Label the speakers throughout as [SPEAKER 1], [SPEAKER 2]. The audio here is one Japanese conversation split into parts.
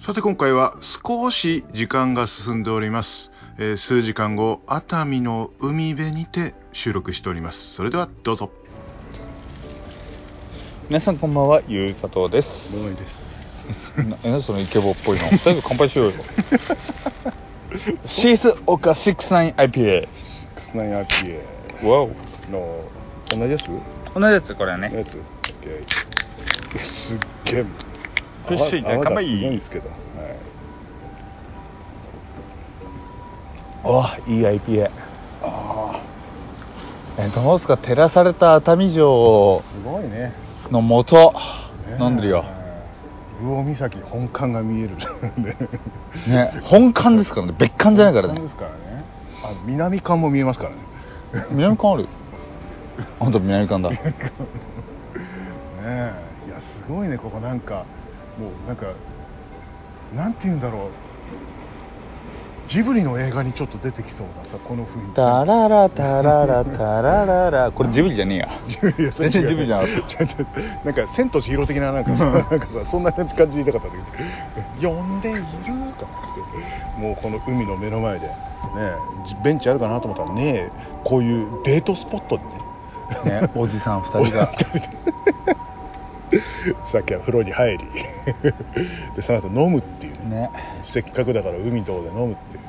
[SPEAKER 1] さて今回は少し時間が進んでおります、えー数時間後熱海の海辺にて収録しておりますそれではどうぞ
[SPEAKER 2] 皆さんこんばんは、ゆうさとうです。
[SPEAKER 1] いです
[SPEAKER 2] なえ、そのイケボっぽい の。とりあえず乾杯しようよ。シースオカ 69IPA。
[SPEAKER 3] 9 IPA
[SPEAKER 2] わお。
[SPEAKER 3] の同じやつ
[SPEAKER 2] 同じやつ、これは
[SPEAKER 3] の
[SPEAKER 2] ね。
[SPEAKER 3] やつ OK すっげえ
[SPEAKER 2] フィッシュ仲間い
[SPEAKER 3] 泡がす
[SPEAKER 2] い
[SPEAKER 3] ごんですけど、は
[SPEAKER 2] おいい IPA。
[SPEAKER 3] い、あ
[SPEAKER 2] え、どうですか、照らされた熱海城
[SPEAKER 3] あすごいね
[SPEAKER 2] の
[SPEAKER 3] ね
[SPEAKER 2] 元、飲んでるよ。
[SPEAKER 3] 魚御岬本館が見える ね
[SPEAKER 2] ね、本館ですからね、別館じゃないから
[SPEAKER 3] 本館
[SPEAKER 2] ね
[SPEAKER 3] で。すからねあ南館も見えますからね
[SPEAKER 2] 南館あるあんた南館だ。
[SPEAKER 3] ねえいやすごいねここなんかもうなんかなんて言うんだろうジブリの映画にちょっと出てきそうなさこの雰囲気
[SPEAKER 2] タララタララタラララ。これジブリじゃねえや。
[SPEAKER 3] いやそれ
[SPEAKER 2] 全然
[SPEAKER 3] 違う
[SPEAKER 2] ジブリじゃなかっ
[SPEAKER 3] 違う違うなんか千と千尋的ななんかさなんかさそんな感じ言いたかったんだけど呼んでいるかってもうこの海の目の前でねじベンチあるかなと思ったらねえこういうデートスポットでね
[SPEAKER 2] ね、おじさん二人が。
[SPEAKER 3] さっきは風呂に入り でその後飲むっていうね
[SPEAKER 2] ね。
[SPEAKER 3] せっかくだから海のとこで飲むってい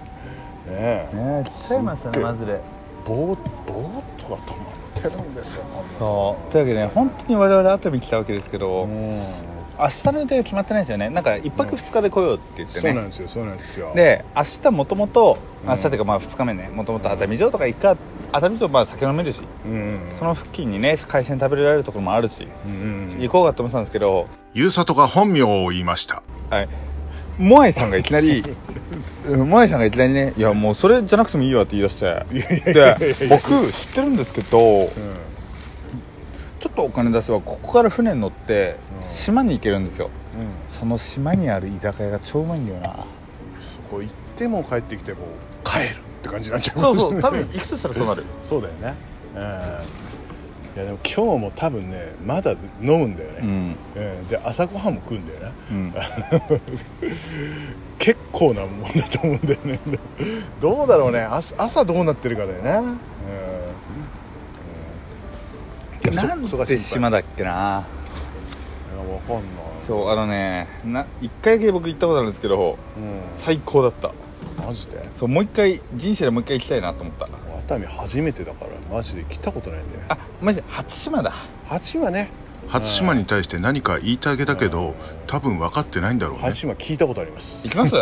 [SPEAKER 3] うねえ
[SPEAKER 2] ね、来ちゃいましたね、マジで。
[SPEAKER 3] ボーボートが止まってるんですよこんなとこ
[SPEAKER 2] そうというわけでね本当に我々熱海来たわけですけど、
[SPEAKER 3] ね
[SPEAKER 2] 明日の予定が決まってないんですよねなんか1泊2日で来ようって言っ
[SPEAKER 3] え
[SPEAKER 2] て
[SPEAKER 3] そうなん
[SPEAKER 2] ね
[SPEAKER 3] ですよそうなんですよ
[SPEAKER 2] で明日もともと
[SPEAKER 3] うん
[SPEAKER 2] 明日っていうかまあ2日目ねもともと熱海城とか行っか熱海城まあ酒飲めるし
[SPEAKER 3] うんうんうん
[SPEAKER 2] その付近にね海鮮食べられるところもあるし行
[SPEAKER 3] 行
[SPEAKER 2] こうかと思ってたんですけど
[SPEAKER 1] ゆうさとが本名を言いました
[SPEAKER 2] はいモアイさんがいき なりうんモアイさんがいきなりねいやもうそれじゃなくてもいいよって言い出し
[SPEAKER 3] い
[SPEAKER 2] て
[SPEAKER 3] やいやいやいや
[SPEAKER 2] で僕知ってるんですけど
[SPEAKER 3] うん
[SPEAKER 2] ちょっとお金出せばここから船に乗って
[SPEAKER 3] うん
[SPEAKER 2] 島に行けるんですよ
[SPEAKER 3] うん
[SPEAKER 2] その島にある居酒屋が超うまいんだよな
[SPEAKER 3] そこ行っても帰ってきても帰るって感じになっちゃう
[SPEAKER 2] そうそう多分行くとしたらそうなる
[SPEAKER 3] そうだよねうんいやでも今日も多分ねまだ飲むんだよ
[SPEAKER 2] う
[SPEAKER 3] ね、
[SPEAKER 2] ん
[SPEAKER 3] うんで朝ごはんも食うんだよね、
[SPEAKER 2] うん
[SPEAKER 3] 結構なもんだと思うんだよね どうだろうね朝朝どうなってるかだよねうんうんいや
[SPEAKER 2] なん
[SPEAKER 3] そこが
[SPEAKER 2] て
[SPEAKER 3] 心配
[SPEAKER 2] 島だっけない
[SPEAKER 3] やわかんない
[SPEAKER 2] そうあのねな一回だけ僕行ったことあるんですけど
[SPEAKER 3] うん
[SPEAKER 2] 最高だった
[SPEAKER 3] マジで
[SPEAKER 2] そうもう一回人生でもう一回行きたいなと思った
[SPEAKER 3] 熱海初めてだからマジで来たことないんだよ
[SPEAKER 2] あマジで初島だ
[SPEAKER 3] 八はね
[SPEAKER 1] 初島に対して何か言いたげだけ
[SPEAKER 3] うん
[SPEAKER 1] ど多分分かってないんだろうね
[SPEAKER 3] 八島聞いたことあります
[SPEAKER 2] 行 きます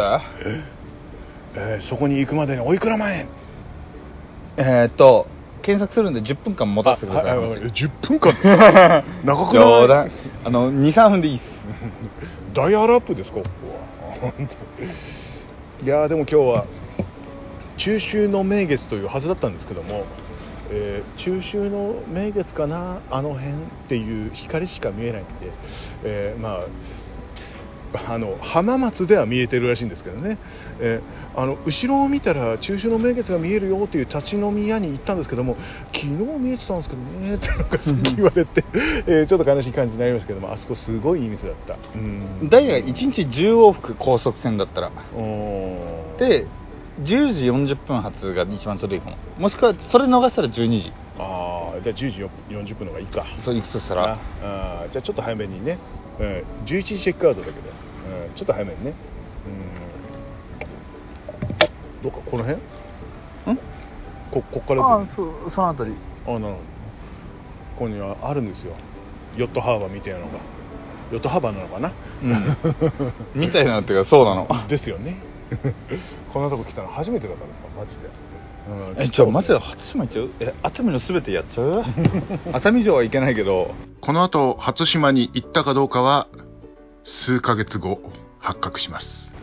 [SPEAKER 3] えーそこに行くまでにおいくら万円
[SPEAKER 2] えーっと検索するんで10分間持たせてください
[SPEAKER 3] あはいはいはい10分間です 長くない
[SPEAKER 2] 冗談あの23分でい いっす
[SPEAKER 3] ダイヤルアップですかこ こはいやーでも今日は中秋の名月というはずだったんですけども、えー中秋の名月かなあの辺っていう光しか見えないんで、えーまああの浜松では見えてるらしいんですけどね、えーあの後ろを見たら中秋の名月が見えるよという立ち飲み屋に行ったんですけども昨日見えてたんですけどねってなんかさっき言われて、えーちょっと悲しい感じになりましたけどもあそこすごいいい店だった。うん
[SPEAKER 2] ダイヤ1日10往復高速船だったら
[SPEAKER 3] おー
[SPEAKER 2] で10時40分発が一番ちょうどいいかももしくはそれ逃したら12時
[SPEAKER 3] ああじゃあ10時よ40分の方がいいか
[SPEAKER 2] そう行くとした
[SPEAKER 3] な
[SPEAKER 2] ら
[SPEAKER 3] あーじゃあちょっと早めにね、うん、11時チェックアウトだけど、うん、ちょっと早めにねうんどうかこの辺
[SPEAKER 2] ん
[SPEAKER 3] ここっからですね
[SPEAKER 2] そその辺り
[SPEAKER 3] あなるほどここにはあるんですよヨットハーバーみたいなのがヨットハーバーなのかな、
[SPEAKER 2] うんみたいなのっていうかそうなの
[SPEAKER 3] ですよねこんなとこ来たの初めてだからさマジで、うん
[SPEAKER 2] えじゃあマジで初島行っちゃうえ熱海の全てやっち ゃう熱海城はいけないけど
[SPEAKER 1] この後初島に行ったかどうかは数ヶ月後発覚します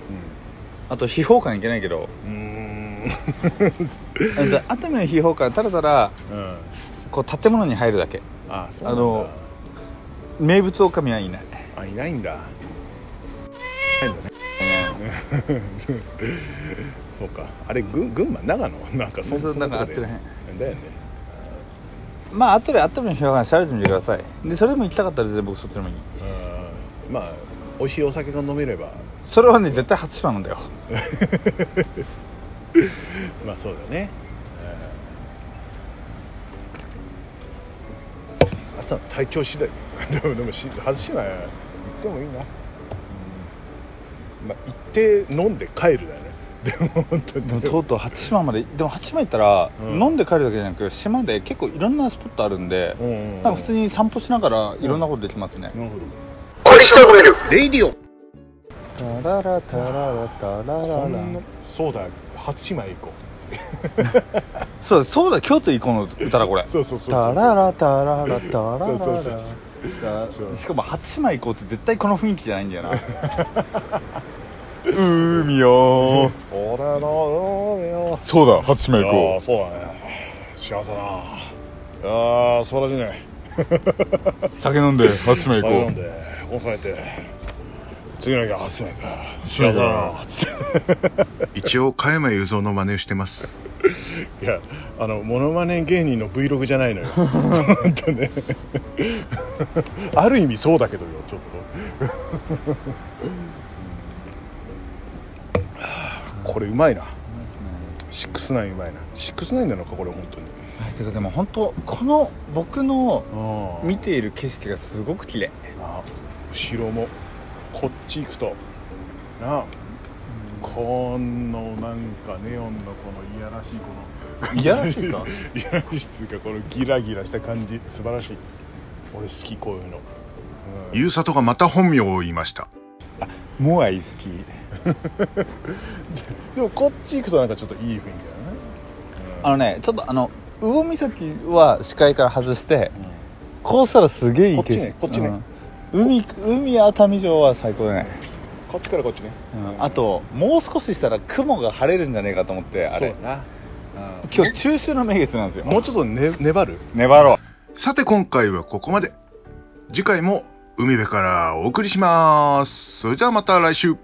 [SPEAKER 2] あと秘宝館いけないけど
[SPEAKER 3] うん
[SPEAKER 2] えじゃあ熱海の秘宝館ただただ
[SPEAKER 3] うん
[SPEAKER 2] こう建物に入るだけ
[SPEAKER 3] あそう
[SPEAKER 2] あの名物おかみはいない
[SPEAKER 3] なんだあいないんだそうかあれ群群馬長野 なんかそん
[SPEAKER 2] そう
[SPEAKER 3] そんなとこで
[SPEAKER 2] なんかあっ
[SPEAKER 3] だよね
[SPEAKER 2] まあ後で熱海の秘宝館調べてみてくださいでそれでも行きたかったら全然僕そっちのもいい
[SPEAKER 3] うんまあ美味しいお酒が飲めれば
[SPEAKER 2] それはね絶対初島なんだよ
[SPEAKER 3] まあそうだねうん朝の体調次第 でもでもし外しない行ってもいいな、うんまあ、行って飲んで帰るだよねでも本当
[SPEAKER 2] で
[SPEAKER 3] に
[SPEAKER 2] もとうとう初島まででも初島行ったら、
[SPEAKER 3] うん
[SPEAKER 2] 飲んで帰るだけじゃなく島で結構いろんなスポットあるんで、
[SPEAKER 3] うんうんうん
[SPEAKER 2] なんか普通に散歩しながらいろんなことできますね、
[SPEAKER 3] なるほど
[SPEAKER 2] タララタララタラ
[SPEAKER 3] そ
[SPEAKER 2] ラ
[SPEAKER 3] んな
[SPEAKER 2] ラ
[SPEAKER 3] そうだ初島へ行こ
[SPEAKER 2] そうだそうだ京都行こうの歌だこれ
[SPEAKER 3] うそうそうそう
[SPEAKER 2] タララタラ
[SPEAKER 3] そ
[SPEAKER 2] ラタラ
[SPEAKER 3] うそう
[SPEAKER 2] ラ
[SPEAKER 3] そう
[SPEAKER 2] ラ
[SPEAKER 3] そう
[SPEAKER 2] しかも初島行こうって絶対この雰囲気じゃないんだよな 海よ
[SPEAKER 3] 俺の海よ
[SPEAKER 2] そうだ初島
[SPEAKER 3] ああそうだね幸せだなああ素晴らしいね
[SPEAKER 2] 酒飲んで初島行こう
[SPEAKER 3] 酒飲んで温泉行って次の日が初島行く幸せだなつっ
[SPEAKER 1] 一応加山雄三の真似をしてます
[SPEAKER 3] ていやあのモノマネ芸人の Vlog じゃ ないのよ本当ねある意味そうだけどよちょっとこれうまいな69うまいな69なのかこれ本当に
[SPEAKER 2] てかでも本当この僕の
[SPEAKER 3] あ
[SPEAKER 2] 見ている景色がすごく綺麗
[SPEAKER 3] な後ろもこっち行くとなあこのなんかネオンのこのいやらしいこの
[SPEAKER 2] いやらしいか
[SPEAKER 3] いやらしいっていうかこのギラギラした感じ素晴らしい俺好きこういうの、うん
[SPEAKER 1] 雄里がまた本名を言いました
[SPEAKER 2] モアイ好き
[SPEAKER 3] でもこっち行くとなんかちょっといい雰囲気だね、うん
[SPEAKER 2] あのねちょっとあの魚岬は視界から外してこうしたらすげえいい景色
[SPEAKER 3] こっちねこっちね
[SPEAKER 2] うん海海熱海城は最高だね、
[SPEAKER 3] うんこっちからこっちね、
[SPEAKER 2] うんあともう少ししたら雲が晴れるんじゃねえかと思ってあれ
[SPEAKER 3] そうだな、うん
[SPEAKER 2] 今日中秋の名月なんですよ
[SPEAKER 3] もうちょっと、ね、粘る
[SPEAKER 2] 粘ろう
[SPEAKER 1] さて今回はここまで次回も海辺からお送りしますそれではまた来週